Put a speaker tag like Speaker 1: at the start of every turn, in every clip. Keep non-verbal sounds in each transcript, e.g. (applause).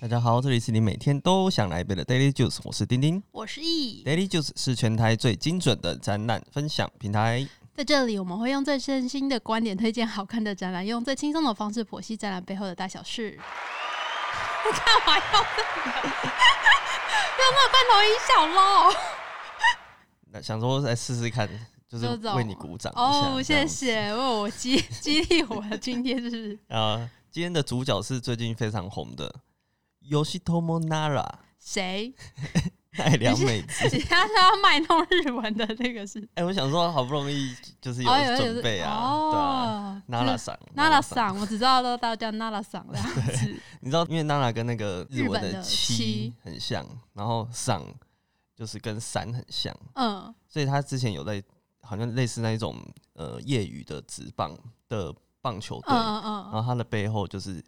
Speaker 1: 大家好，这里是你每天都想来一杯的 Daily Juice，我是丁丁。
Speaker 2: 我是易，
Speaker 1: Daily Juice 是全台最精准的展览分享平台。
Speaker 2: 在这里我们会用最身心的观点推荐好看的展览，用最轻松的方式剖析展览背后的大小事。 (laughs) 我干嘛要这个？要那半头音效
Speaker 1: (laughs)
Speaker 2: 喽！
Speaker 1: 那想说来试试看，就是
Speaker 2: 这种
Speaker 1: 为你鼓掌一下。这
Speaker 2: 哦，谢
Speaker 1: 样子。
Speaker 2: 谢，为我激 (laughs) 激励我的今天是
Speaker 1: 呃，今天的主角是最近非常红的 Yoshitomo Nara
Speaker 2: 谁？
Speaker 1: 奈良美子。
Speaker 2: 你现在是要卖弄日文的那个是？
Speaker 1: (laughs) 哎、我想说，好不容易 (laughs) 就是有
Speaker 2: 哦有
Speaker 1: 准备啊，对啊。
Speaker 2: 哦，
Speaker 1: Nara 桑
Speaker 2: ，Nara 桑，我只知道都大家叫 Nara 桑这样子。
Speaker 1: (laughs) 你知道，因为 Nara 跟那个
Speaker 2: 日
Speaker 1: 文
Speaker 2: 本的
Speaker 1: 七
Speaker 2: 七
Speaker 1: 很像，然后桑就是跟山很像，
Speaker 2: 嗯，
Speaker 1: 所以他之前有在好像类似那一种呃业余的职棒的棒球队，
Speaker 2: 嗯
Speaker 1: 然
Speaker 2: 嗯嗯，
Speaker 1: 后他的背后就是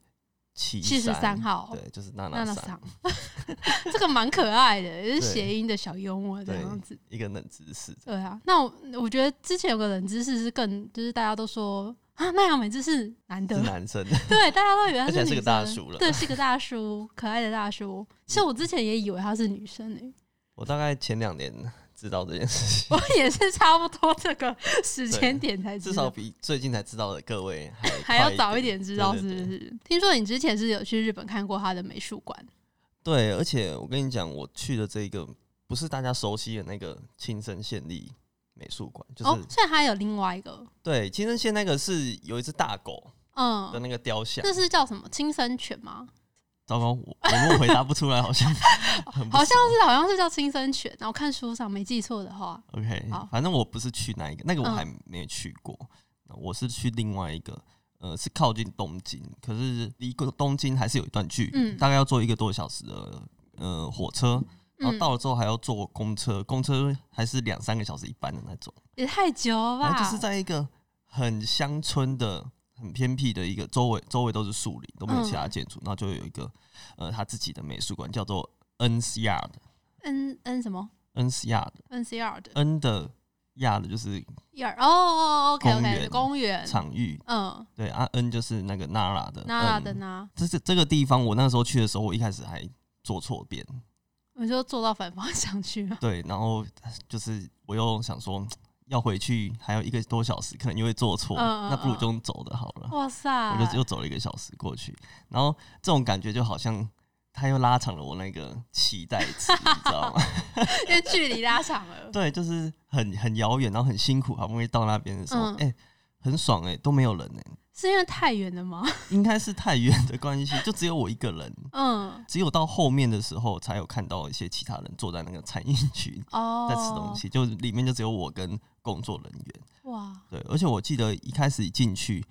Speaker 1: 七
Speaker 2: 七十三
Speaker 1: 三，
Speaker 2: 号，
Speaker 1: 哦对，就是娜
Speaker 2: 娜
Speaker 1: 娜
Speaker 2: 娜
Speaker 1: 桑，
Speaker 2: 桑， (laughs) 这个蛮可爱的，也
Speaker 1: 对
Speaker 2: 是谐音的小幽默这
Speaker 1: 对
Speaker 2: 样子。，
Speaker 1: 一个冷知识。
Speaker 2: 对啊，那我我觉得之前有个冷知识是更，就是大家都说啊，奈良美智是男的
Speaker 1: 是，男生，
Speaker 2: (laughs) 对，大家都以为他
Speaker 1: 而且还
Speaker 2: 是
Speaker 1: 是
Speaker 2: 女
Speaker 1: 个
Speaker 2: 生，
Speaker 1: 大叔了嗯
Speaker 2: 对，是个大叔， (laughs) 可爱的大叔。其实我之前也以为他是女生诶、
Speaker 1: 我大概前两年知道这件事情，
Speaker 2: 我也是差不多这个时间点才
Speaker 1: 至
Speaker 2: 知
Speaker 1: 少
Speaker 2: 道，
Speaker 1: 比最近才知道的各位还
Speaker 2: 还
Speaker 1: 快
Speaker 2: 要早一点知道
Speaker 1: 对
Speaker 2: 是
Speaker 1: 对
Speaker 2: 不
Speaker 1: 对
Speaker 2: 是？听说你之前是有去日本看过他的美术馆，
Speaker 1: 对，而且我跟你讲，我去的这个不是大家熟悉的那个青森县立美术馆，就是、
Speaker 2: 哦，所以他有另外一个，
Speaker 1: 对青森县那个是有一只大狗的
Speaker 2: 嗯，
Speaker 1: 那个雕像。
Speaker 2: 这是叫什么青森犬吗？
Speaker 1: 糟糕，我 (laughs) 我如果回答不出来，好
Speaker 2: (laughs)
Speaker 1: 像很不
Speaker 2: 好像
Speaker 1: 熟
Speaker 2: 是好像是叫青森犬，然后看书上没记错的话，
Speaker 1: OK
Speaker 2: 好。
Speaker 1: 反正我不是去那一个，那个我
Speaker 2: 嗯
Speaker 1: 还没去过，我是去另外一个。呃，是靠近东京，可是离东京还是有一段距离，
Speaker 2: 嗯
Speaker 1: 大概要坐一个多小时的呃火车，
Speaker 2: 嗯
Speaker 1: 然后到了之后还要坐公车，公车还是两三个小时一班的那种。
Speaker 2: 也太久了
Speaker 1: 然
Speaker 2: 吧？
Speaker 1: 后就是在一个很乡村的、很偏僻的一个周围，周围都是树林，都没
Speaker 2: 嗯
Speaker 1: 有其他建筑，然后就有一个呃他自己的美术馆，叫做 N C R 的
Speaker 2: N N 什么
Speaker 1: N C R 的
Speaker 2: N C R 的
Speaker 1: N 的亚的就是
Speaker 2: 一二哦哦，OK
Speaker 1: 公
Speaker 2: OK，
Speaker 1: 园
Speaker 2: 公园，
Speaker 1: 场域，
Speaker 2: 嗯，
Speaker 1: 对啊，N 就是那个 Nara 的
Speaker 2: 那拉
Speaker 1: N
Speaker 2: 的。呢？
Speaker 1: 这是这个地方，我那时候去的时候，我一开始还坐错边，
Speaker 2: 我就坐到反方向去
Speaker 1: (laughs)
Speaker 2: 了。
Speaker 1: 对，然后就是我又想说要回去还有一个多小时，可能又会坐错，
Speaker 2: 嗯嗯
Speaker 1: 那不如
Speaker 2: 嗯
Speaker 1: 就用走的好了。
Speaker 2: 哇塞！
Speaker 1: 我就又走了一个小时过去，然后这种感觉就好像他又拉长了我那个期待值，你知道吗？ (laughs)
Speaker 2: 因为距离拉长了，
Speaker 1: 对，就是很很遥远，然后很辛苦，好不容易到那边的时候，哎、
Speaker 2: 嗯
Speaker 1: 很爽哎、都没有人哎、
Speaker 2: 是因为太远了吗？
Speaker 1: 应该是太远的关系，就只有我一个人。
Speaker 2: 嗯，
Speaker 1: 只有到后面的时候，才有看到一些其他人坐在那个餐饮区
Speaker 2: 哦，
Speaker 1: 在吃东西，就里面就只有我跟工作人员。
Speaker 2: 哇，
Speaker 1: 对，而且我记得一开始一进去，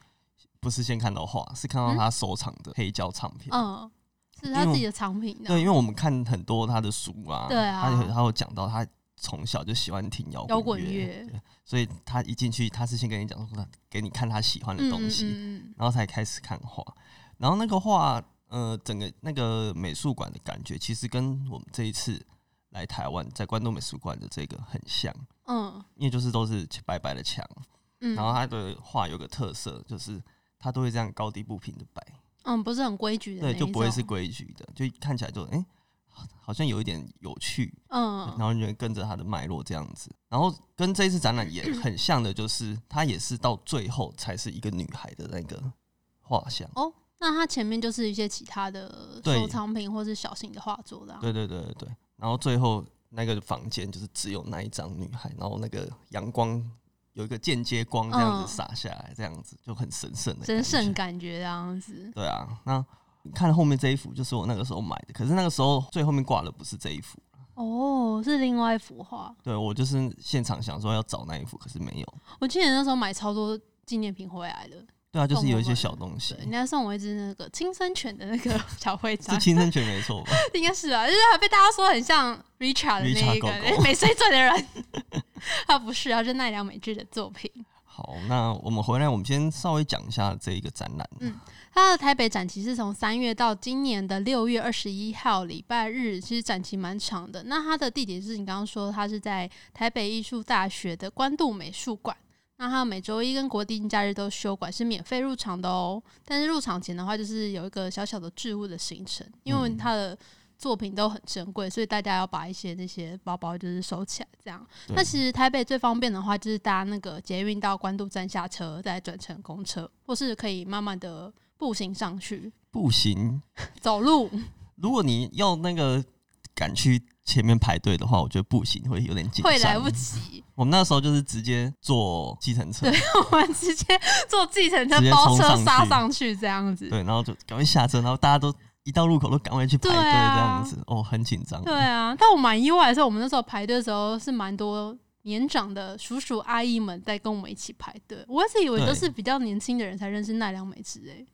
Speaker 1: 不是先看到画，是看到
Speaker 2: 嗯
Speaker 1: 他收藏的黑胶唱片。
Speaker 2: 嗯，是
Speaker 1: 因为我
Speaker 2: 他自己的藏品
Speaker 1: 对，
Speaker 2: 的
Speaker 1: 因为我们看很多他的书啊，
Speaker 2: 对啊
Speaker 1: 他有他有讲到他从小就喜欢听摇
Speaker 2: 摇
Speaker 1: 滚
Speaker 2: 滚
Speaker 1: 乐，
Speaker 2: 乐，
Speaker 1: 所以他一进去，他是先跟你讲说，给你看他喜欢的
Speaker 2: 嗯
Speaker 1: 东
Speaker 2: 嗯
Speaker 1: 西，
Speaker 2: 嗯
Speaker 1: 然后才开始看画。然后那个画，呃，整个那个美术馆的感觉，其实跟我们这一次来台湾在关东美术馆的这个很像，
Speaker 2: 嗯
Speaker 1: 因为就是都是白白的墙，
Speaker 2: 嗯，
Speaker 1: 然后他的画有个特色就是。他都会这样高低不平的摆，
Speaker 2: 嗯不是很规矩的那
Speaker 1: 对，
Speaker 2: 一
Speaker 1: 就不会是
Speaker 2: 种
Speaker 1: 规矩的，就看起来就哎、诶好好像有一点有趣，
Speaker 2: 嗯
Speaker 1: 然后你就跟着它的脉络这样子。然后跟这一次展览也很像的，就是它也是到最后才是一个女孩的那个画像。
Speaker 2: 哦，那它前面就是一些其他的
Speaker 1: 对
Speaker 2: 收藏品或是小型的画作的、啊。
Speaker 1: 对对对对对。然后最后那个房间就是只有那一张女孩，然后那个阳光有一个间接光这样
Speaker 2: 嗯
Speaker 1: 子洒下来，这样子就很神圣的
Speaker 2: 神圣
Speaker 1: 觉。
Speaker 2: 感觉这样子，
Speaker 1: 对啊，那你看后面这一幅就是我那个时候买的，可是那个时候最后面挂的不是这一幅。
Speaker 2: 哦，是另外一幅画。
Speaker 1: 对我就是现场想说要找那一幅，可是没有。
Speaker 2: 我记得那时候买超多纪念品回来的，
Speaker 1: 对啊，就是有一些
Speaker 2: 动物们
Speaker 1: 小东西
Speaker 2: 对，。人家送我一只那个青森犬的那
Speaker 1: (laughs)
Speaker 2: 个小徽章
Speaker 1: 是，亲生犬没
Speaker 2: (laughs)
Speaker 1: 错吧？
Speaker 2: 应该是啊，就是还被大家说很像 Richard 的那
Speaker 1: Richard
Speaker 2: 一
Speaker 1: 狗
Speaker 2: 个
Speaker 1: 狗
Speaker 2: 没水准的人， (laughs) 他不是啊，是奈良美智的作品。
Speaker 1: 好，那我们回来，我们先稍微讲一下这一个展览。
Speaker 2: 嗯它的台北展期是从三月到今年的六月二十一号礼拜日，其实展期蛮长的。那它的地点是你刚刚说，它是在台北艺术大学的关渡美术馆。那它每周一跟国定假日都休馆，是免费入场的哦。但是入场前的话，就是有一个小小的置物的行程，因为
Speaker 1: 嗯
Speaker 2: 它的作品都很珍贵，所以大家要把一些那些包包就是收起来这样。
Speaker 1: 对
Speaker 2: 那其实台北最方便的话，就是搭那个捷运到关渡站下车，再转乘公车，或是可以慢慢的步行上去，
Speaker 1: 步行，
Speaker 2: 走路。
Speaker 1: 如果你要那个赶去前面排队的话，我觉得步行会有点紧张，
Speaker 2: 会来不。及， (laughs)
Speaker 1: 我们那时候就是直接坐计程车，
Speaker 2: 我们直接坐计程车
Speaker 1: 直接
Speaker 2: 包
Speaker 1: 冲
Speaker 2: 车
Speaker 1: 上去
Speaker 2: 杀上去这样子。
Speaker 1: 对，然后就赶快下车，然后大家都一到路口都赶快去排队，
Speaker 2: 对
Speaker 1: 这
Speaker 2: 啊
Speaker 1: 样子、哦，很紧张。
Speaker 2: 对啊，但我蛮意外的是，我们那时候排队的时候是蛮多年长的叔叔阿姨们在跟我们一起排队。我一直以为都
Speaker 1: 对
Speaker 2: 是比较年轻的人才认识奈良美智欸诶、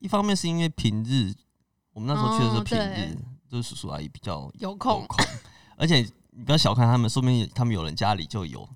Speaker 1: 一方面是因为平日，我们那时候去的
Speaker 2: 哦
Speaker 1: 是平
Speaker 2: 对
Speaker 1: 日，就是叔叔阿姨比较有
Speaker 2: 有空。
Speaker 1: 空， (laughs) 而且你不要小看他们，说明他们有人家里就有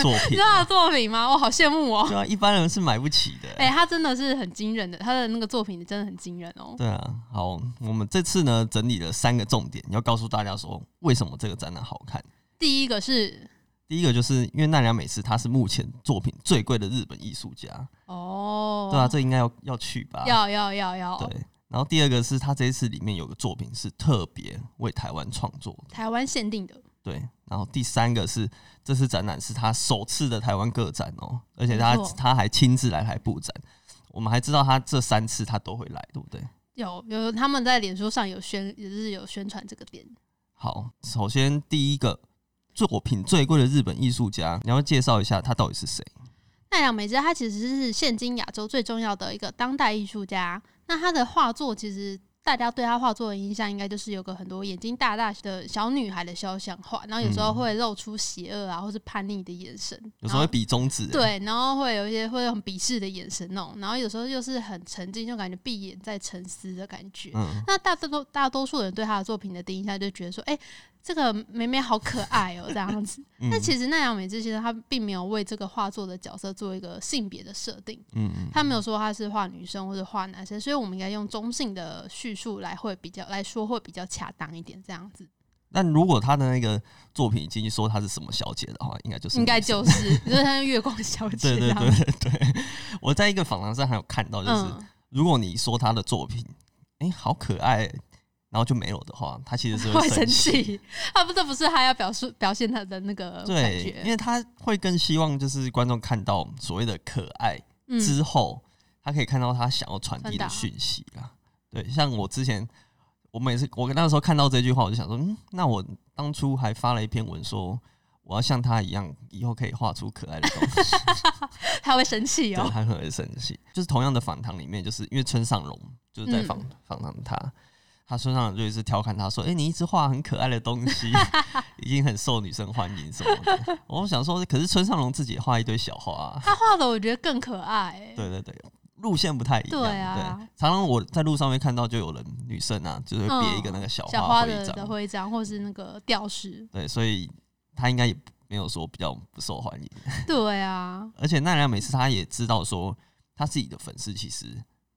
Speaker 1: 作
Speaker 2: 你
Speaker 1: 品
Speaker 2: (laughs) 知，道他的作品吗？我好羡慕哦、
Speaker 1: 对啊，一般人是买不起的。
Speaker 2: 哎、他真的是很惊人的，他的那个作品真的很惊人哦、
Speaker 1: 对啊，好，我们这次呢整理了三个重点，要告诉大家说为什么这个展览好看。
Speaker 2: 第一个是
Speaker 1: 第一个就是因为奈良美智，他是目前作品最贵的日本艺术家，
Speaker 2: 哦，
Speaker 1: 对啊，这应该要要去吧？
Speaker 2: 要要要要，
Speaker 1: 对，然后第二个是他这一次里面有个作品是特别为台湾创作的，
Speaker 2: 台湾限定的，
Speaker 1: 对。然后第三个是这次展览是他首次的台湾个展哦，而且他
Speaker 2: 没错
Speaker 1: 他还亲自来台布展。我们还知道他这三次他都会来，对不对？
Speaker 2: 有有他们在脸书上有宣，也是有宣传这个点。
Speaker 1: 好，首先第一个作品最贵的日本艺术家，你要介绍一下他到底是谁？
Speaker 2: 奈良美智他其实是现今亚洲最重要的一个当代艺术家。那他的画作其实。大家对他画作的印象，应该就是有个很多眼睛大大的小女孩的肖像画，然后有时候
Speaker 1: 嗯
Speaker 2: 会露出邪恶啊，或是叛逆的眼神，
Speaker 1: 有时候会
Speaker 2: 然后
Speaker 1: 比中指，，
Speaker 2: 对，然后会有一些会很鄙视的眼神那种，然后有时候又是很沉浸，就感觉闭眼在沉思的感觉。
Speaker 1: 嗯，
Speaker 2: 那大多大多数人对他的作品的第一印象就觉得说，哎、这个妹妹好可爱哦、这样子。
Speaker 1: 嗯
Speaker 2: 那其实奈良美智先生他并没有为这个画作的角色做一个性别的设定，
Speaker 1: 嗯嗯
Speaker 2: 他没有说他是画女生或者画男生，所以我们应该用中性的叙述来会比较来说会比较恰当一点，这样子
Speaker 1: 那如果他的那个作品已经说他是什么小姐的话，应该就是
Speaker 2: 应该
Speaker 1: 女生
Speaker 2: 就是就是像月光
Speaker 1: (laughs)
Speaker 2: 小姐
Speaker 1: 对
Speaker 2: 这
Speaker 1: 对
Speaker 2: 样。
Speaker 1: 对对对， (laughs) 我在一个访谈上还有看到，就是、
Speaker 2: 嗯，
Speaker 1: 如果你说他的作品，哎、好可爱，然后就没有的话，他其实是
Speaker 2: 会
Speaker 1: 会
Speaker 2: 生
Speaker 1: 生气。
Speaker 2: (laughs) 气，他不，这不是他要表述表现他的那个感
Speaker 1: 对，因
Speaker 2: 觉，
Speaker 1: 为他会更希望就是观众看到所谓的可爱
Speaker 2: 嗯，
Speaker 1: 之后，他可以看到他想要传递
Speaker 2: 传达
Speaker 1: 的讯息啦。对，像我之前，我每次我那时候看到这句话，我就想说，嗯，那我当初还发了一篇文说，我要像他一样，以后可以画出可爱的东西。
Speaker 2: (laughs) 他会生气
Speaker 1: 对，
Speaker 2: 哦。
Speaker 1: 他很生气。就是同样的访谈里面，就是因为村上隆就是
Speaker 2: 嗯
Speaker 1: 在访访谈他，他村上隆就一直调侃他说：“哎、你一直画很可爱的东
Speaker 2: (laughs)
Speaker 1: 西，已经很受女生欢迎什么的。”我想说，可是村上隆自己也画一堆小花、
Speaker 2: (laughs)
Speaker 1: 啊，
Speaker 2: 他画的我觉得更可爱、欸，
Speaker 1: 对对对。路线不太一样，
Speaker 2: 对啊
Speaker 1: 对常常我在路上会看到，就有人女生啊，就是会别一个那个小
Speaker 2: 嗯小花
Speaker 1: 徽
Speaker 2: 的
Speaker 1: 章，
Speaker 2: 的徽章或是那个吊饰，
Speaker 1: 对，所以他应该也没有说比较不受欢迎。
Speaker 2: 对啊，
Speaker 1: 而且奈良美智他也知道说，他自己的粉丝其实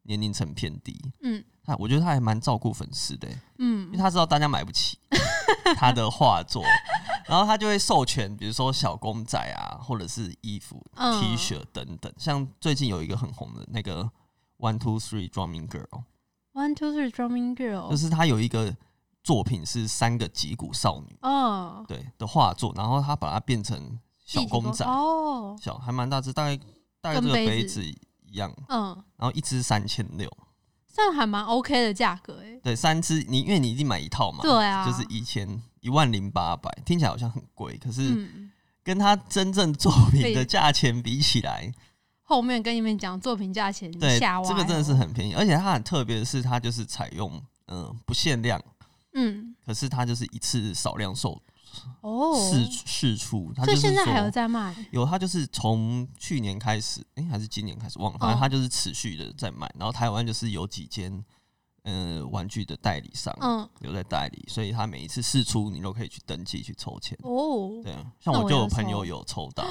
Speaker 1: 年龄层偏低，
Speaker 2: 嗯
Speaker 1: 他我觉得他还蛮照顾粉丝的欸，因为
Speaker 2: 嗯，
Speaker 1: 他知道大家买不起他的画作，然后他就会授权，比如说小公仔啊，或者是衣服、
Speaker 2: 嗯
Speaker 1: T 恤等等。像最近有一个很红的那个 One Two Three Drumming Girl，
Speaker 2: One Two Three Drumming
Speaker 1: 就
Speaker 2: Girl，
Speaker 1: 是他有一个作品是三个击鼓少女
Speaker 2: 嗯，
Speaker 1: 对的画作，然后他把它变成小公仔，
Speaker 2: 哦，
Speaker 1: 小还蛮大只，大概大概这
Speaker 2: 跟
Speaker 1: 个
Speaker 2: 杯
Speaker 1: 杯
Speaker 2: 子
Speaker 1: 子一样，
Speaker 2: 嗯，
Speaker 1: 然后一只三千六，
Speaker 2: 算还蛮 OK 的价格诶。
Speaker 1: 对，三只你因为你已经买一套嘛，
Speaker 2: 对啊，
Speaker 1: 就是一千一万零八百，听起来好像很贵，可是
Speaker 2: 嗯，
Speaker 1: 跟他真正作品的价钱比起来，
Speaker 2: 后面跟你们讲作品价钱
Speaker 1: 对，
Speaker 2: 吓歪，
Speaker 1: 这个真的是，很便宜，而且它很特别的是，它就是采用嗯、呃不限量，
Speaker 2: 嗯，
Speaker 1: 可是它就是一次少量售
Speaker 2: 哦，
Speaker 1: 试试出，它就
Speaker 2: 所以
Speaker 1: 是
Speaker 2: 现在还有
Speaker 1: 说
Speaker 2: 在卖，
Speaker 1: 有，它就是从去年开始，诶，还是今年开始忘了，反
Speaker 2: 哦
Speaker 1: 正它就是持续的在卖，然后台湾就是有几间。呃，玩具的代理商、
Speaker 2: 嗯，
Speaker 1: 有在代理，所以他每一次试出，你都可以去登记去抽签。
Speaker 2: 哦，
Speaker 1: 对啊，像
Speaker 2: 那
Speaker 1: 我
Speaker 2: 我
Speaker 1: 就
Speaker 2: 要
Speaker 1: 有朋
Speaker 2: 抽
Speaker 1: 友有抽到，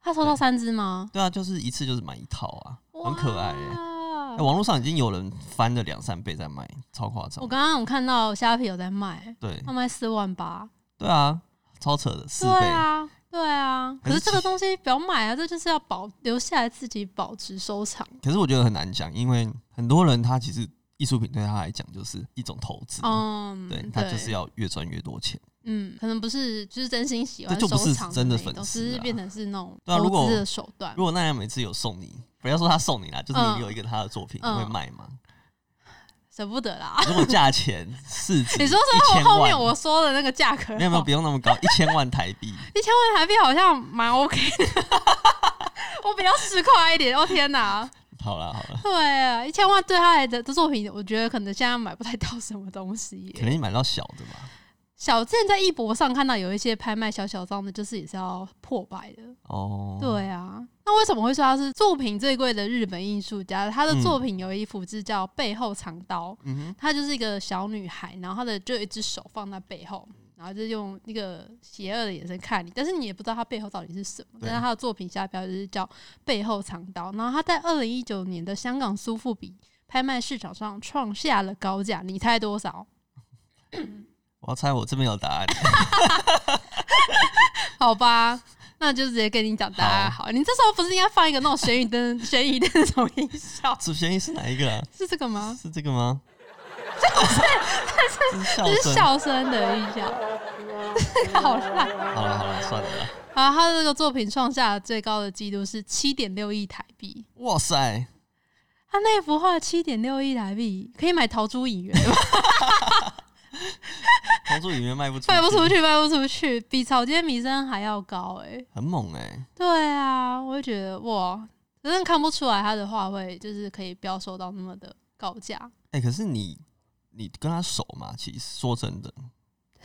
Speaker 2: 他抽到三只吗？
Speaker 1: 对啊，就是一次就是买一套啊，很可爱、欸。
Speaker 2: 哇
Speaker 1: 欸网络上已经有人翻了两三倍在卖，超夸张
Speaker 2: 我。刚刚有看到虾皮有在卖，
Speaker 1: 对
Speaker 2: 他卖四万八，
Speaker 1: 对啊，超扯的，四
Speaker 2: 对
Speaker 1: 倍。
Speaker 2: 啊，对啊，可
Speaker 1: 可
Speaker 2: 是
Speaker 1: 是
Speaker 2: 这
Speaker 1: 其
Speaker 2: 个东西不要买啊，这就是要保留下来自己保值收藏。
Speaker 1: 可是我觉得很难讲，因为很多人他其实艺术品对他来讲就是一种投资，
Speaker 2: 嗯，
Speaker 1: 对他就是要越赚越多钱。
Speaker 2: 嗯，可能不是就是真心喜欢
Speaker 1: 这就
Speaker 2: 收
Speaker 1: 不是
Speaker 2: 藏
Speaker 1: 真的
Speaker 2: 那一
Speaker 1: 粉
Speaker 2: 种
Speaker 1: 丝
Speaker 2: 只是
Speaker 1: 啊
Speaker 2: 变成是那种
Speaker 1: 对啊如
Speaker 2: 投资
Speaker 1: 果
Speaker 2: 的手段
Speaker 1: 如。果那样每次有送你，不要说他送你啦，就是
Speaker 2: 嗯
Speaker 1: 你有一个他的作品，你
Speaker 2: 嗯
Speaker 1: 会卖吗？
Speaker 2: 舍不得啦。
Speaker 1: 如果价
Speaker 2: (laughs)
Speaker 1: 钱市值，
Speaker 2: 你说
Speaker 1: (laughs) 一
Speaker 2: 说
Speaker 1: 千
Speaker 2: 后面
Speaker 1: 万
Speaker 2: 我说的那个价格，哦
Speaker 1: 没
Speaker 2: (laughs)
Speaker 1: 有没有，不用那么高，一千万台币。
Speaker 2: 一千万台币好像蛮 OK 的， (laughs) 我比较市侩一点。哦天哪，
Speaker 1: 好啦好
Speaker 2: (laughs)
Speaker 1: 啦，
Speaker 2: 对啊，一千万对他来的的作品，我觉得可能现在买不太到什么东西耶。
Speaker 1: 可能你买到小的吧。
Speaker 2: 小之前在艺博上看到有一些拍卖小小张的，就是也是要破百的。
Speaker 1: 哦，，
Speaker 2: 对啊，那为什么会说他是作品最贵的日本艺术家？他的作品有一幅是叫《背后藏刀》，
Speaker 1: 嗯哼，
Speaker 2: 她就是一个小女孩，然后她的就有一只手放在背后，然后就用那个邪恶的眼神看你，但是你也不知道她背后到底是什么。
Speaker 1: 对
Speaker 2: 但是她的作品下标就是叫《背后藏刀》，然后她在二零一九年的香港苏富比拍卖市场上创下了高价，你猜多少？
Speaker 1: 我要猜我这边有答案。 (laughs)
Speaker 2: 好吧。那就直接跟你讲答案好。你这时候不是应该放一个那种悬疑灯、 (laughs) 悬疑灯那种音效？
Speaker 1: 主嫌疑是哪一个啊？
Speaker 2: 是这个吗？
Speaker 1: 是这个
Speaker 2: (laughs)
Speaker 1: 吗？这是笑
Speaker 2: 这是
Speaker 1: 声。
Speaker 2: 笑声的音效，这个好烂。
Speaker 1: 好了好了，算了啦。
Speaker 2: 啊，他的这个作品创下的最高的纪录是七点六亿台币，
Speaker 1: 哇塞，
Speaker 2: 他那幅画七点六亿台币可以买桃珠影院，
Speaker 1: 黄珠影院卖不出，
Speaker 2: 卖不出，去，卖不出去，比草间弥生还要高哎、
Speaker 1: 很猛哎。
Speaker 2: 对啊，我就觉得哇，真的看不出来他的画会就是可以标售到那么的高价。
Speaker 1: 哎，可是你你跟他熟嘛？其实说真的，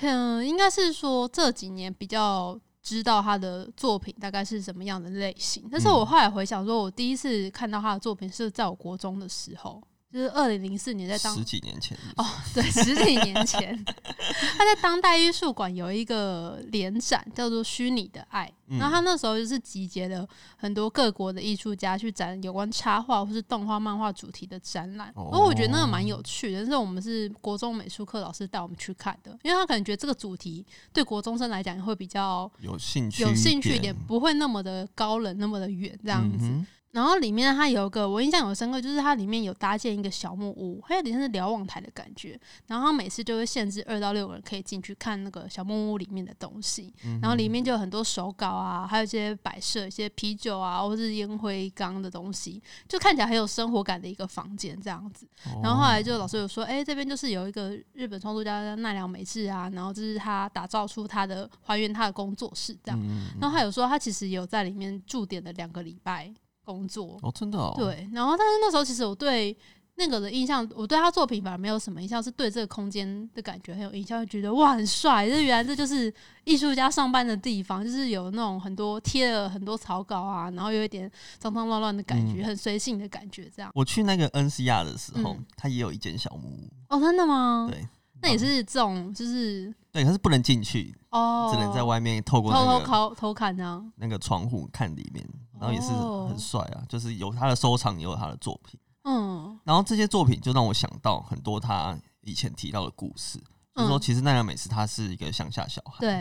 Speaker 2: 嗯，应该是说这几年比较知道他的作品大概是什么样的类型。但是我
Speaker 1: 嗯
Speaker 2: 后来回想说，我第一次看到他的作品是在我国中的时候，就是二零零四年在当
Speaker 1: 十几年前是不是
Speaker 2: 哦，对，十几年前， (laughs) 他在当代艺术馆有一个联展，叫做《虚拟的爱》。
Speaker 1: 嗯
Speaker 2: 然后他那时候就是集结了很多各国的艺术家去展有关插画或是动画、漫画主题的展览。
Speaker 1: 哦
Speaker 2: 不过我觉得那个蛮有趣的，但是我们是国中美术课老师带我们去看的，因为他可能觉得这个主题对国中生来讲会比较
Speaker 1: 有兴趣
Speaker 2: 有兴趣一
Speaker 1: 一
Speaker 2: 点，不会那么的高冷，那么的远这样子。
Speaker 1: 嗯哼
Speaker 2: 然后里面它有个我印象有深刻，就是它里面有搭建一个小木屋，它有点像是瞭望台的感觉。然后它每次就会限制二到六个人可以进去看那个小木屋里面的东西。然后里面就有很多手稿啊，还有一些摆设、一些啤酒啊，或是烟灰缸的东西，就看起来很有生活感的一个房间这样子。然
Speaker 1: 哦
Speaker 2: 后后来就老师有说，哎、这边就是有一个日本创作家叫奈良美智啊，然后这是他打造出他的还原他的工作室这样。
Speaker 1: 嗯
Speaker 2: 然后还有说他其实有在里面驻点的两个礼拜工作，
Speaker 1: 哦，真的哦，，
Speaker 2: 对。然后但是那时候其实我对那个的印象，我对他作品反而没有什么印象，是对这个空间的感觉很有印象，就觉得哇很帅，这原来这就是艺术家上班的地方，就是有那种很多贴了很多草稿啊，然后有一点脏脏乱乱的感
Speaker 1: 嗯
Speaker 2: 觉，很随性的感觉这样。
Speaker 1: 我去那个 NCR 的时候
Speaker 2: 嗯，
Speaker 1: 它也有一间小木屋，
Speaker 2: 哦，真的吗？
Speaker 1: 对，
Speaker 2: 那也是这种就是
Speaker 1: 对，它是不能进去，
Speaker 2: 哦，
Speaker 1: 只能在外面透过
Speaker 2: 偷偷
Speaker 1: 那个
Speaker 2: 考偷看这样。
Speaker 1: 那个窗户看里面，然后也是
Speaker 2: 哦
Speaker 1: 很帅啊，就是有他的收藏，也有他的作品。
Speaker 2: 嗯
Speaker 1: 然后这些作品就让我想到很多他以前提到的故事，就是说
Speaker 2: 嗯，
Speaker 1: 其实奈良美智他是一个乡下小孩，，
Speaker 2: 对，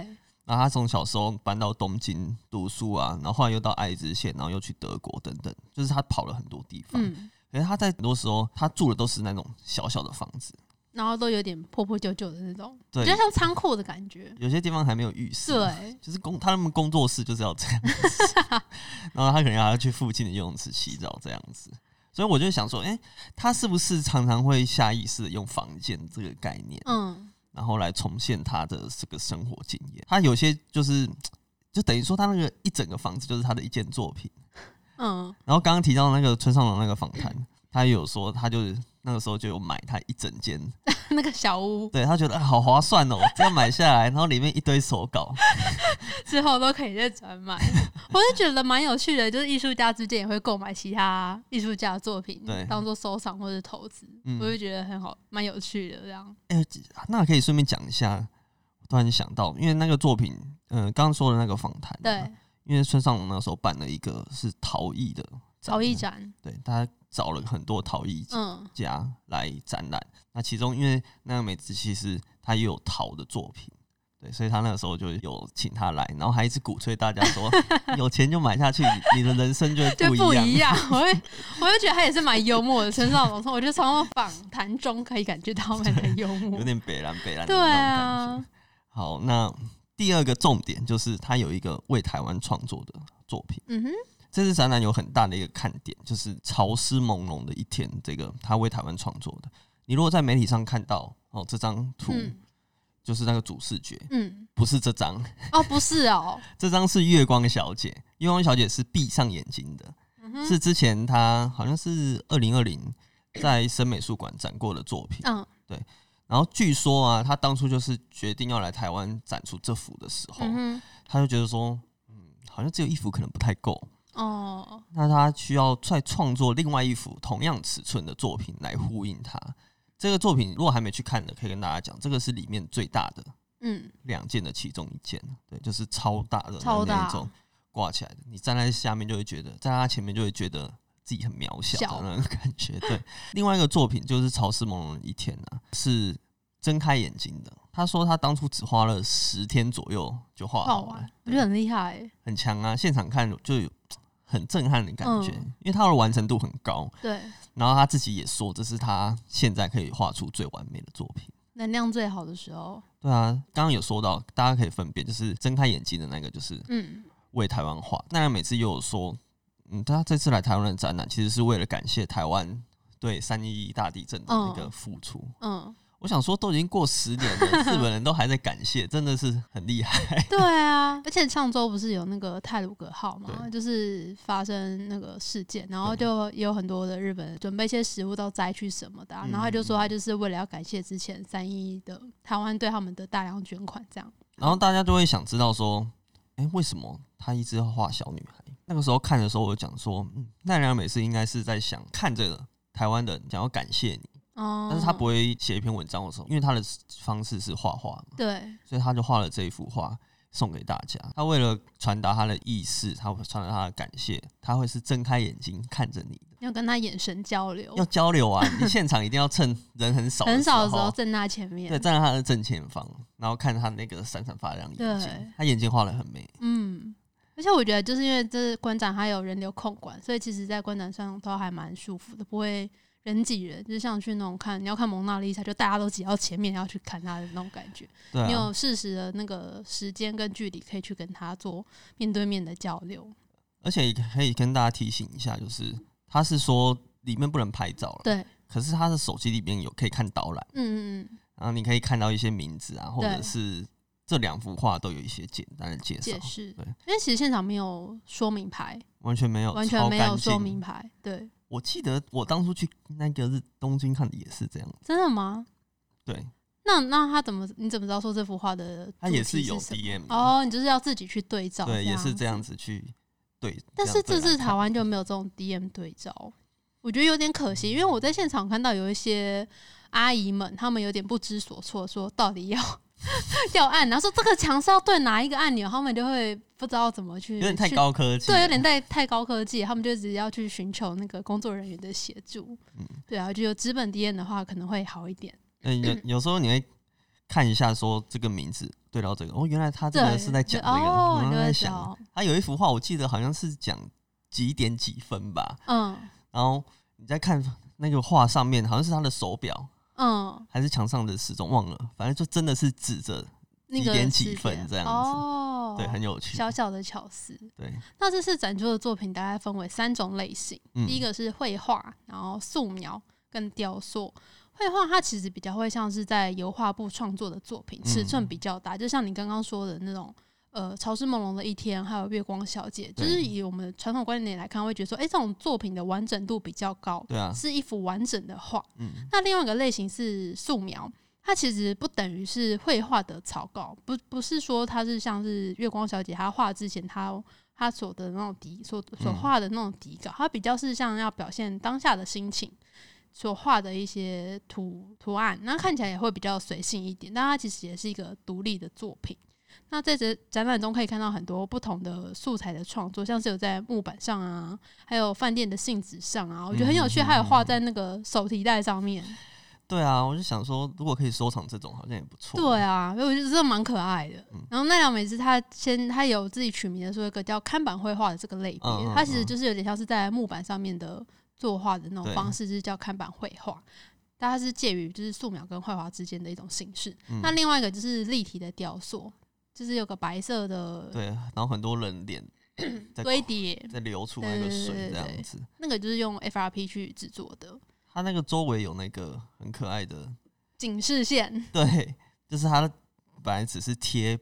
Speaker 1: 然后他从小时候搬到东京读书啊，然后后来又到爱知县，然后又去德国等等，就是他跑了很多地方。
Speaker 2: 嗯。
Speaker 1: 可是他在很多时候他住的都是那种小小的房子，
Speaker 2: 然后都有点破破旧旧的那种，比
Speaker 1: 对
Speaker 2: 较，像仓库的感觉。欸
Speaker 1: 有些地方还没有浴室，
Speaker 2: 对，
Speaker 1: 就是工他们工作室就是要这样子，然后他可能还要去附近的游泳池洗澡这样子。所以我就想说，哎、他是不是常常会下意识的用房间这个概念，
Speaker 2: 嗯，
Speaker 1: 然后来重现他的这个生活经验？他有些就是，就等于说他那个一整个房子就是他的一件作品。
Speaker 2: 嗯， (laughs)
Speaker 1: 然后刚刚提到那个村上隆那个访谈，他也有说，他就是那个时候就有买他一整间，
Speaker 2: 那个小屋
Speaker 1: 对他觉得、啊好划算哦，这样买下来，然后里面一堆手稿，
Speaker 2: 之后都可以再转
Speaker 1: (laughs)
Speaker 2: 卖，我是觉得蛮有趣的，就是艺术家之间也会购买其他艺术家的作品
Speaker 1: 对，
Speaker 2: 当做收藏或者投资，
Speaker 1: 嗯
Speaker 2: 我就觉得很好，蛮有趣的这样。
Speaker 1: 哎、那可以顺便讲一下，我突然想到，因为那个作品，嗯、刚刚说的那个访谈，
Speaker 2: 对，，
Speaker 1: 因为村上隆那时候办了一个是陶艺的
Speaker 2: 陶艺
Speaker 1: 展
Speaker 2: 展，
Speaker 1: 览，对，他找了很多陶艺
Speaker 2: 嗯
Speaker 1: 家来展览。那其中，因为那个美子其实她也有陶的作品，对，所以他那个时候就有请他来，然后还一直鼓吹大家
Speaker 2: (laughs)
Speaker 1: 说，有钱就买下去，你的人生就会
Speaker 2: 就不
Speaker 1: 一
Speaker 2: 一
Speaker 1: 样。
Speaker 2: 样。我会，我会觉得他也是蛮幽默的。陈少龙说，我觉得从访谈中可以感觉到他们的幽
Speaker 1: (laughs) (laughs)
Speaker 2: 默
Speaker 1: 有。点北蓝北蓝的
Speaker 2: 对
Speaker 1: 那种感
Speaker 2: 啊
Speaker 1: 觉。，好，那第二个重点就是他有一个为台湾创作的作品。
Speaker 2: 嗯哼，
Speaker 1: 这次展览有很大的一个看点，就是《潮湿朦胧的一天》，这个他为台湾创作的。你如果在媒体上看到哦，这张图、
Speaker 2: 嗯
Speaker 1: 就是那个主视觉，
Speaker 2: 嗯，
Speaker 1: 不是这张，
Speaker 2: 哦，不是哦，
Speaker 1: 这张是月光小姐。月光小姐是闭上眼睛的，
Speaker 2: 嗯哼，
Speaker 1: 是之前她好像是二零二零在深美术馆展过的作品。
Speaker 2: 嗯
Speaker 1: 然后据说啊，她当初就是决定要来台湾展出这幅的时候，
Speaker 2: 嗯
Speaker 1: 她就觉得说，嗯，好像只有一幅可能不太够，
Speaker 2: 哼，哦，
Speaker 1: 那他需要再创作另外一幅同样尺寸的作品来呼应它。这个作品如果还没去看的，可以跟大家讲，这个是里面最大的
Speaker 2: 嗯，
Speaker 1: 两件的其中一件，对，就是超大的
Speaker 2: 超
Speaker 1: 那
Speaker 2: 大
Speaker 1: 一种挂起来的。你站在下面就会觉得，站在他前面就会觉得自己很渺小
Speaker 2: 小
Speaker 1: 的那种感觉。对，另外一个作品就是《潮湿朦胧的一天》啊，是睁开眼睛的。他说他当初只花了十天左右就画
Speaker 2: 好
Speaker 1: 好了
Speaker 2: 玩，，我
Speaker 1: 哎对
Speaker 2: 觉得很厉害。
Speaker 1: 很强啊，现场看就有很震撼的感觉，
Speaker 2: 嗯
Speaker 1: 因为他的完成度很高，
Speaker 2: 对，
Speaker 1: 然后他自己也说这是他现在可以画出最完美的作品。
Speaker 2: 能量最好的
Speaker 1: (laughs)
Speaker 2: 时候，
Speaker 1: 对啊，刚刚有说到，大家可以分辨，就是睁开眼睛的那个就是
Speaker 2: 嗯
Speaker 1: 为台湾画，那每次又有说，嗯，他这次来台湾的展览其实是为了感谢台湾对三一一大地震的那个
Speaker 2: 嗯
Speaker 1: 付出。
Speaker 2: 嗯，
Speaker 1: 我想说，都已经过十年了，
Speaker 2: (laughs)
Speaker 1: 日本人都还在感谢，真的是很厉害。
Speaker 2: 对啊。而且上周不是有那个泰鲁格号嘛，
Speaker 1: 对
Speaker 2: 就是发生那个事件，然后
Speaker 1: 对
Speaker 2: 就也有很多的日本人准备一些食物到灾区什么的啊、
Speaker 1: 嗯
Speaker 2: 然后他就说他就是为了要感谢之前三一一的台湾对他们的大量捐款，这样。
Speaker 1: 然后大家就会想知道说，哎、为什么他一直要画小女孩？那个时候看的时候，我就讲说，嗯，奈良美是应该是在想看着台湾人想要感谢你，
Speaker 2: 哦、
Speaker 1: 但是他不会写一篇文章的时候，因为他的方式是画画嘛，
Speaker 2: 对，
Speaker 1: 所以他就画了这一幅画送给大家。他为了传达他的意思，他会传达他的感谢，他会是睁开眼睛看着你的，
Speaker 2: 要跟他眼神交流
Speaker 1: 要，交流啊！你现场一定要趁人很少
Speaker 2: 哦很少的时候
Speaker 1: 候，
Speaker 2: 站他前面。
Speaker 1: 对，站在他的正前方，然后看他那个闪闪发亮眼
Speaker 2: 对
Speaker 1: 睛，他眼睛画的很美。
Speaker 2: 嗯，而且我觉得就是因为这观展它有人流控管，所以其实在观展上都还蛮舒服的，不会人挤人。就像去那种看你要看蒙娜丽莎，就大家都挤到前面要去看她的那种感觉。
Speaker 1: 对、啊，
Speaker 2: 你有适时的那个时间跟距离可以去跟她做面对面的交流。
Speaker 1: 而且也可以跟大家提醒一下，就是他是说里面不能拍照了，
Speaker 2: 对，嗯
Speaker 1: 可是他的手机里面有可以看导览，
Speaker 2: 嗯嗯嗯，
Speaker 1: 然后你可以看到一些名字啊，或者
Speaker 2: 对
Speaker 1: 是这两幅画都有一些简单的介绍
Speaker 2: 解，释，
Speaker 1: 对
Speaker 2: 因为其实现场没有说明牌，
Speaker 1: 完全没有，
Speaker 2: 完全
Speaker 1: 超
Speaker 2: 没
Speaker 1: 干
Speaker 2: 有说
Speaker 1: 净
Speaker 2: 明。牌，对，
Speaker 1: 我记得我当初去那个日东京看的也是这样，
Speaker 2: 真的吗？
Speaker 1: 对，
Speaker 2: 那那他怎么你怎么知道说这幅画的
Speaker 1: 它
Speaker 2: 主
Speaker 1: 也
Speaker 2: 题
Speaker 1: 有
Speaker 2: 什么
Speaker 1: DM 的，
Speaker 2: 哦，你就是要自己去对照，
Speaker 1: 对，也是
Speaker 2: 样
Speaker 1: 这样子去对。
Speaker 2: 但
Speaker 1: 样
Speaker 2: 是
Speaker 1: 对
Speaker 2: 这
Speaker 1: 来
Speaker 2: 次
Speaker 1: 看
Speaker 2: 台湾就没有这种 DM 对照，我觉得有点可惜，因为我在现场看到有一些阿姨们，她们有点不知所措，说到底要 (laughs) 要按，然后说这个墙是要对哪一个按钮，她们就会不知道怎么去，
Speaker 1: 有点太
Speaker 2: 去，
Speaker 1: 高科技了，
Speaker 2: 对，有点太太高科技，他们就直接要去寻求那个工作人员的协助。
Speaker 1: 嗯
Speaker 2: 对啊，就有纸本 DM 的话可能会好一点。
Speaker 1: 嗯，
Speaker 2: (clears throat)
Speaker 1: 有有时候你会看一下说这个名字对到这个，哦，原来他这个
Speaker 2: 对
Speaker 1: 是在
Speaker 2: 就
Speaker 1: 讲这个，
Speaker 2: 哦
Speaker 1: 我
Speaker 2: 你
Speaker 1: 刚
Speaker 2: 就
Speaker 1: 刚
Speaker 2: 会
Speaker 1: 在
Speaker 2: 知
Speaker 1: 想
Speaker 2: 道，
Speaker 1: 他有一幅画，我记得好像是讲几点几分吧，
Speaker 2: 嗯
Speaker 1: 然后你再看那个画上面，好像是他的手表
Speaker 2: 嗯，
Speaker 1: 还是墙上的时钟，忘了，反正就真的是指着，
Speaker 2: 那
Speaker 1: 几
Speaker 2: 个
Speaker 1: 点
Speaker 2: 时
Speaker 1: 几分
Speaker 2: 间
Speaker 1: 这样子
Speaker 2: 哦，
Speaker 1: 对，很有趣，
Speaker 2: 小小的巧思。
Speaker 1: 对，
Speaker 2: 那这次展出的作品大概分为三种类型。
Speaker 1: 嗯
Speaker 2: 第一个是绘画，然后素描跟雕塑。绘画它其实比较会像是在油画布创作的作
Speaker 1: 嗯
Speaker 2: 品，尺寸比较大，就像你刚刚说的那种。呃，潮湿朦胧的一天，还有月光小姐，就
Speaker 1: 对
Speaker 2: 是以我们传统观点来看，会觉得说，诶，这种作品的完整度比较高，
Speaker 1: 对啊，
Speaker 2: 是一幅完整的画。
Speaker 1: 嗯，
Speaker 2: 那另外一个类型是素描，它其实不等于是绘画的草稿，不不是说它是像是月光小姐她画之前她她所的那种底所所
Speaker 1: 嗯
Speaker 2: 画的那种底稿，它比较是像要表现当下的心情。所画的一些图图案，那看起来也会比较随性一点，但它其实也是一个独立的作品。那在这展览中可以看到很多不同的素材的创作，像是有在木板上啊，还有饭店的信纸上啊，我觉得很有趣，
Speaker 1: 嗯
Speaker 2: 还有画在那个手提袋上面。
Speaker 1: 对啊，我就想说，如果可以收藏这种，好像也不错。
Speaker 2: 对啊，因为我觉得真的蛮可爱的。
Speaker 1: 嗯
Speaker 2: 然后奈良美智她先她有自己取名的，说一个叫看板绘画的这个类别，
Speaker 1: 嗯嗯
Speaker 2: 它其实就是有点像是在木板上面的作画的那种
Speaker 1: 对
Speaker 2: 方式，就是叫看板绘画。但它是介于就是素描跟绘画之间的一种形式。
Speaker 1: 嗯
Speaker 2: 那另外一个就是立体的雕塑，就是有个白色的
Speaker 1: 对，然后很多人脸
Speaker 2: (clears throat)
Speaker 1: 在
Speaker 2: 堆叠，
Speaker 1: 在流出那个
Speaker 2: 对对对
Speaker 1: 水这
Speaker 2: 对
Speaker 1: 样子。
Speaker 2: 那个就是用 FRP 去制作的
Speaker 1: 它那个周围有那个很可爱的，
Speaker 2: 警示线。
Speaker 1: 对，就是它本来只是贴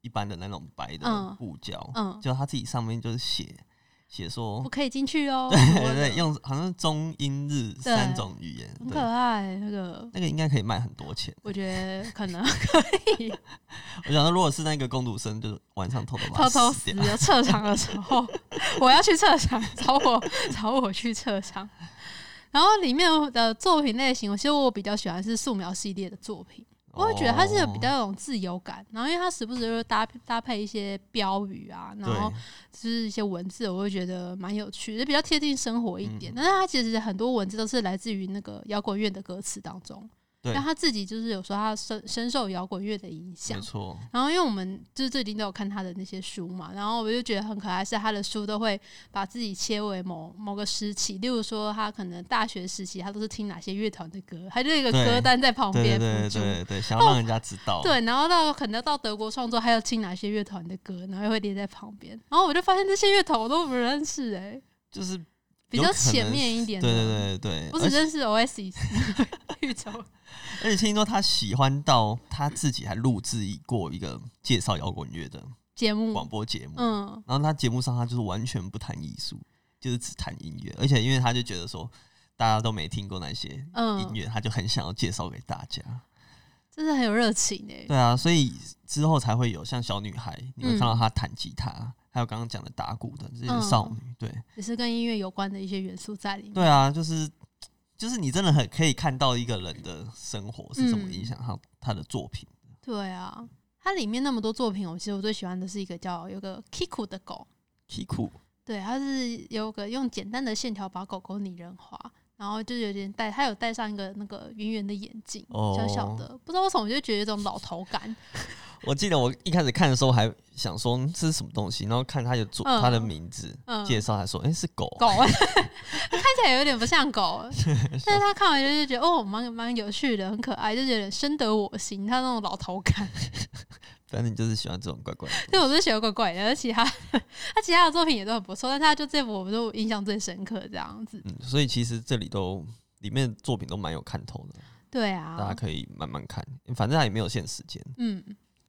Speaker 1: 一般的那种白
Speaker 2: 嗯
Speaker 1: 的布胶，
Speaker 2: 嗯，
Speaker 1: 就它自己上面就是写写说
Speaker 2: 不，可以进去哦。什么
Speaker 1: 对
Speaker 2: 的
Speaker 1: 对，用好像是中英日
Speaker 2: 对
Speaker 1: 三种语言，
Speaker 2: 很
Speaker 1: 对
Speaker 2: 可，爱那个。
Speaker 1: 那个应该可以卖很多钱。
Speaker 2: 我觉得可能 (laughs)
Speaker 1: 我想说，如果是那个工读生，就是晚上偷偷把
Speaker 2: 偷
Speaker 1: 它
Speaker 2: 偷
Speaker 1: 撕
Speaker 2: 死
Speaker 1: 掉，
Speaker 2: 了。撤场的时候，我要去撤场，找我找我去撤场。然后里面的作品类型，我其实我比较喜欢是素描系列的作品，我会觉得它是有比
Speaker 1: 哦
Speaker 2: 较有种自由感。然后因为它时不时就搭搭配一些标语啊，然后
Speaker 1: 哦
Speaker 2: 就是一些文字，我会觉得蛮有趣，就比较贴近生活一点。但是它其实很多文字都是来自于那个摇滚乐的歌词当中。
Speaker 1: 对
Speaker 2: 那他自己就是有说他深深受摇滚乐的影
Speaker 1: 对，
Speaker 2: 响
Speaker 1: 没，错，
Speaker 2: 然后因为我们就是最近都有看他的那些书嘛，然后我就觉得很可爱，是他的书都会把自己切为某某个时期，例如说他可能大学时期他都是听哪些乐团的歌，他就有一个
Speaker 1: 对
Speaker 2: 歌单在旁
Speaker 1: 对对
Speaker 2: 边辅
Speaker 1: 对
Speaker 2: 助。哦
Speaker 1: 对对，想要让人家知道，
Speaker 2: 对，然后到可能到德国创作，还有听哪些乐团的歌，然后又会列在旁边。然后我就发现这些乐团我都不认识、欸，
Speaker 1: 就是
Speaker 2: 比
Speaker 1: 有
Speaker 2: 较
Speaker 1: 可能
Speaker 2: 前面一点
Speaker 1: 对
Speaker 2: 的。
Speaker 1: 对对对，
Speaker 2: 我
Speaker 1: 而
Speaker 2: 只
Speaker 1: 且
Speaker 2: 认识 Oasis、绿 (laughs) 洲，
Speaker 1: 而且听说他喜欢到他自己还录制过一个介绍摇滚乐的
Speaker 2: 节目，
Speaker 1: 广播节目，
Speaker 2: 嗯，
Speaker 1: 然后他节目上他就是完全不谈艺术，就是只谈音乐，而且因为他就觉得说大家都没听过那些
Speaker 2: 嗯
Speaker 1: 音乐，他就很想要介绍给大家。
Speaker 2: 真的很有热情欸诶、
Speaker 1: 对啊，所以之后才会有像小女孩，你会看到她弹吉他，
Speaker 2: 嗯
Speaker 1: 还有刚刚讲的打鼓的这些少女。对
Speaker 2: 也是跟音乐有关的一些元素在里面。
Speaker 1: 对啊，就是就是你真的很可以看到一个人的生活是怎么影响
Speaker 2: 嗯
Speaker 1: 他、他的作品。
Speaker 2: 对啊，它里面那么多作品，我其实我最喜欢的是一个叫有个 Kiku 的狗，
Speaker 1: Kiku
Speaker 2: 对，它是有个用简单的线条把狗狗拟人化，然后就是有点戴，它有戴上一个那个圆圆的眼镜，
Speaker 1: 哦
Speaker 2: 小小的，不知道为什么我就觉得有一种老头感，
Speaker 1: 我记得我一开始看的时候还想说嗯这是什么东西，然后看他有做
Speaker 2: 嗯
Speaker 1: 他的名字、
Speaker 2: 嗯，
Speaker 1: 介绍，还说哎、诶是狗，
Speaker 2: 狗看起来有点不
Speaker 1: (laughs)
Speaker 2: 像狗，但是它看完就是觉得哦，蛮蛮有趣的，很可爱，就是有点深得我心，它那种老头感。 (laughs)
Speaker 1: 反正你就是喜欢这种怪怪的。
Speaker 2: 对，我是学怪怪的，而其他 (laughs) 他其他的作品也都很不错，但是他就这部我就印象最深刻这样子。
Speaker 1: 嗯，所以其实这里都里面的作品都蛮有看头的，
Speaker 2: 对
Speaker 1: 大家
Speaker 2: 啊，
Speaker 1: 可以慢慢看，反正它也没有限时间。
Speaker 2: 嗯，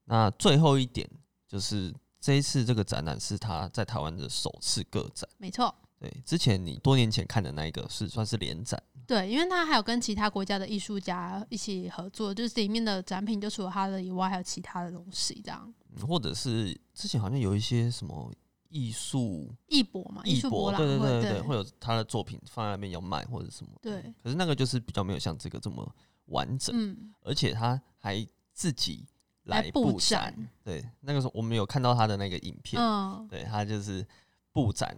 Speaker 1: 那最后一点就是这一次这个展览是他在台湾的首次个展。
Speaker 2: 没错，
Speaker 1: 对，之前你多年前看的那一个是算是联展，
Speaker 2: 对，因为他还有跟其他国家的艺术家一起合作，就是里面的展品就除了他的以外，还有其他的东西这样。
Speaker 1: 嗯或者是之前好像有一些什么艺术
Speaker 2: 艺博嘛，艺
Speaker 1: 艺
Speaker 2: 术
Speaker 1: 博，
Speaker 2: 博览
Speaker 1: 对对
Speaker 2: 会，
Speaker 1: 对对，会有他的作品放在那边要卖或者什么。
Speaker 2: 对，
Speaker 1: 可是那个就是比较没有像这个这么完整，
Speaker 2: 嗯，
Speaker 1: 而且他还自己
Speaker 2: 来
Speaker 1: 来
Speaker 2: 布
Speaker 1: 布展。
Speaker 2: 展
Speaker 1: 对，那个时候我们有看到他的那个影片，
Speaker 2: 嗯，
Speaker 1: 对他就是布展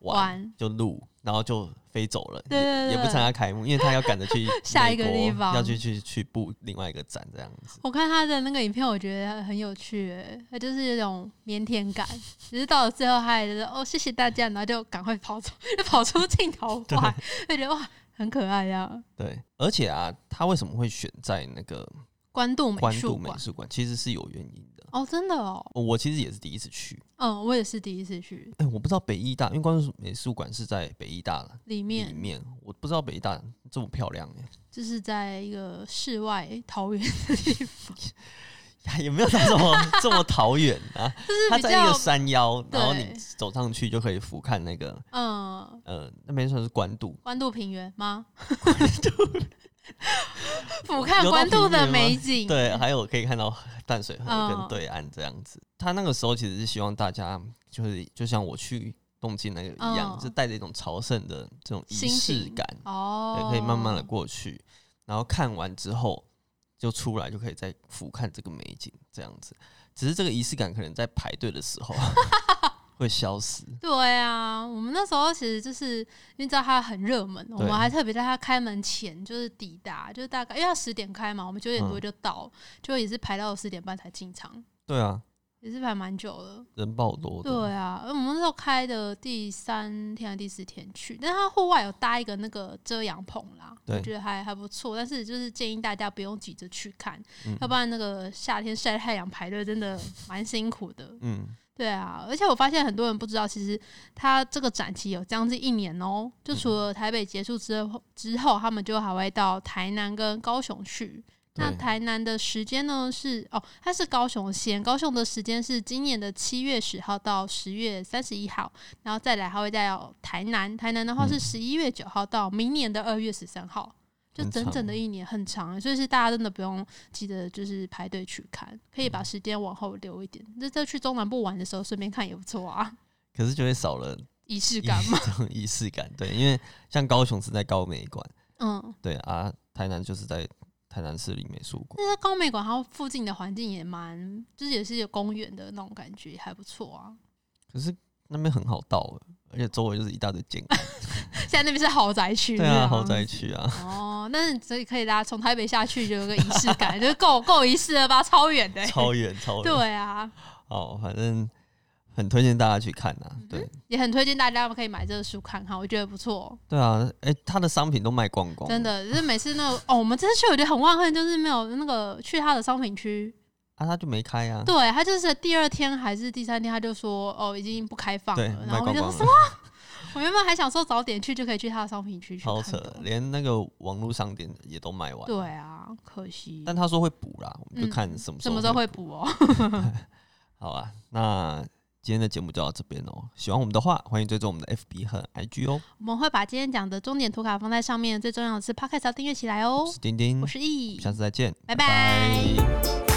Speaker 1: 完
Speaker 2: 玩
Speaker 1: 就录，然后就飞走了，
Speaker 2: 对对对
Speaker 1: 也也不参加开幕，因为他要赶着去
Speaker 2: (laughs) 下
Speaker 1: 美
Speaker 2: 一个
Speaker 1: 国
Speaker 2: 地方
Speaker 1: 要去去去布另外一个展这样子。
Speaker 2: 我看他的那个影片，我觉得很有趣、欸，他就是有种腼腆感， (laughs) 只是到了最后，他也就是哦，谢谢大家，然后就赶快跑走，就跑出镜头外， (laughs) 就觉得哇，很可爱呀。
Speaker 1: 对，而且啊，他为什么会选在那个
Speaker 2: 关渡美
Speaker 1: 关
Speaker 2: 术
Speaker 1: 渡美
Speaker 2: 馆
Speaker 1: 术馆，其实是有原因的。
Speaker 2: 哦，真的哦，
Speaker 1: 我其实也是第一次去，
Speaker 2: 嗯，我也是第一次去
Speaker 1: 哎、我不知道北艺大，因为关渡美术馆是在北艺大
Speaker 2: 里
Speaker 1: 里
Speaker 2: 面，
Speaker 1: 面，我不知道北艺大这么漂亮哎、
Speaker 2: 就是在一个室外桃园的地方，
Speaker 1: (laughs) 也没有到这
Speaker 2: (laughs)
Speaker 1: 么这么桃远啊，
Speaker 2: 就是
Speaker 1: 它
Speaker 2: 比
Speaker 1: 在一
Speaker 2: 较
Speaker 1: 个山腰，然后你
Speaker 2: 对
Speaker 1: 走上去就可以俯瞰那个
Speaker 2: 嗯，
Speaker 1: 呃，那边算是关渡，
Speaker 2: 关渡平原吗？关渡， (laughs) 俯瞰
Speaker 1: 有到
Speaker 2: 关
Speaker 1: 平
Speaker 2: 渡
Speaker 1: 原
Speaker 2: 的
Speaker 1: 吗
Speaker 2: 美景，
Speaker 1: 对，还有可以看到淡水河
Speaker 2: 嗯
Speaker 1: 跟对岸这样子。他那个时候其实是希望大家就是就像我去东京那个一样，
Speaker 2: 嗯
Speaker 1: 就带着一种朝圣的这种仪
Speaker 2: 心
Speaker 1: 式
Speaker 2: 情
Speaker 1: 感，
Speaker 2: 哦
Speaker 1: 对，，可以慢慢的过去，然后看完之后就出来，就可以再俯瞰这个美景这样子。只是这个仪式感可能在排队的时候。 (laughs) 会消失。
Speaker 2: 对啊，我们那时候其实就是因为知道它很热门，我们还特别在它开门前就是抵达，就是大概因为它十点开嘛，我们九点
Speaker 1: 嗯
Speaker 2: 多就到，就也是排到十点半才进场，
Speaker 1: 对啊，
Speaker 2: 也是排蛮久了。
Speaker 1: 人爆多的。
Speaker 2: 对啊，而我们那时候开的第三天还是第四天去，但是它户外有搭一个那个遮阳棚啦，我
Speaker 1: 对
Speaker 2: 觉得还还不错。但是就是建议大家不用急着去看，
Speaker 1: 嗯
Speaker 2: 要不然那个夏天晒太阳排队真的蛮辛苦的。
Speaker 1: 嗯，
Speaker 2: 对啊，而且我发现很多人不知道，其实它这个展期有将近一年哦、就除了台北结束之后，之后他们就还会到台南跟高雄去。那
Speaker 1: 对
Speaker 2: 台南的时间呢是哦，它是高雄先，高雄的时间是今年的七月十号到十月三十一号，然后再来还会再到台南，台南的话是
Speaker 1: 嗯
Speaker 2: 十一月九号到明年的二月十三号，就
Speaker 1: 很
Speaker 2: 整整
Speaker 1: 长哦
Speaker 2: 的一年很长，欸所以是大家真的不用记得就是排队去看，可以把
Speaker 1: 嗯
Speaker 2: 时间往后留一点。这这去中南部玩的时候顺便看也不错啊，
Speaker 1: 可是就会少了
Speaker 2: 仪式
Speaker 1: 一
Speaker 2: 感嘛。
Speaker 1: 种 (laughs) 仪式感。对，因为像高雄是在高美馆，
Speaker 2: 嗯，
Speaker 1: 对啊，台南就是在台南市立美术馆。
Speaker 2: 但是高美馆它附近的环境也蛮，就是也是有公园的那种感觉，还不错啊。
Speaker 1: 可是那边很好到欸，而且周围就是一大堆建筑。
Speaker 2: 哎现在那边是豪宅区，
Speaker 1: 对
Speaker 2: 是
Speaker 1: 啊，
Speaker 2: 吗
Speaker 1: 豪宅。区啊，
Speaker 2: (laughs) 哦，但是所以可以大家从台北下去就有个仪式感， (laughs) 就是够够仪式了吧？超远的欸、
Speaker 1: 超远超远。
Speaker 2: 对啊，
Speaker 1: 哦，反正很推荐大家去看呐、
Speaker 2: 嗯
Speaker 1: 对
Speaker 2: 也很推荐大家可以买这个书看看，我觉得不错，
Speaker 1: 对啊，哎、他的商品都卖光光了，
Speaker 2: 真的。就是每次那个哦，我们这次去我觉得很万恨，就是没有那个去他的商品区，
Speaker 1: 啊，他就没开啊。
Speaker 2: 对他就是第二天还是第三天他就说哦已经不开放了
Speaker 1: 对，，
Speaker 2: 然
Speaker 1: 卖
Speaker 2: 后我
Speaker 1: 光
Speaker 2: 就说 (laughs)
Speaker 1: 光
Speaker 2: 什
Speaker 1: 了
Speaker 2: 么？，我原本还想说早点去就可以去他的商品区去
Speaker 1: 超
Speaker 2: 看
Speaker 1: 扯
Speaker 2: 的，，
Speaker 1: 连那个网络商店也都卖完。
Speaker 2: 对啊，可惜
Speaker 1: 但他说会补啦，我们
Speaker 2: 嗯
Speaker 1: 就看什么时
Speaker 2: 什
Speaker 1: 候
Speaker 2: 么时候会补哦？ (laughs)
Speaker 1: 好啊，那今天的节目就到这边哦。喜欢我们的话，欢迎追踪我们的 FB 和 IG 哦。
Speaker 2: 我们会把今天讲的重点图卡放在
Speaker 1: 嗯
Speaker 2: 上面，最重要的是 Podcast 要订阅起来哦
Speaker 1: 我。是丁丁，
Speaker 2: 我
Speaker 1: 我
Speaker 2: 是易，
Speaker 1: 们下次再见，
Speaker 2: 拜拜
Speaker 1: 拜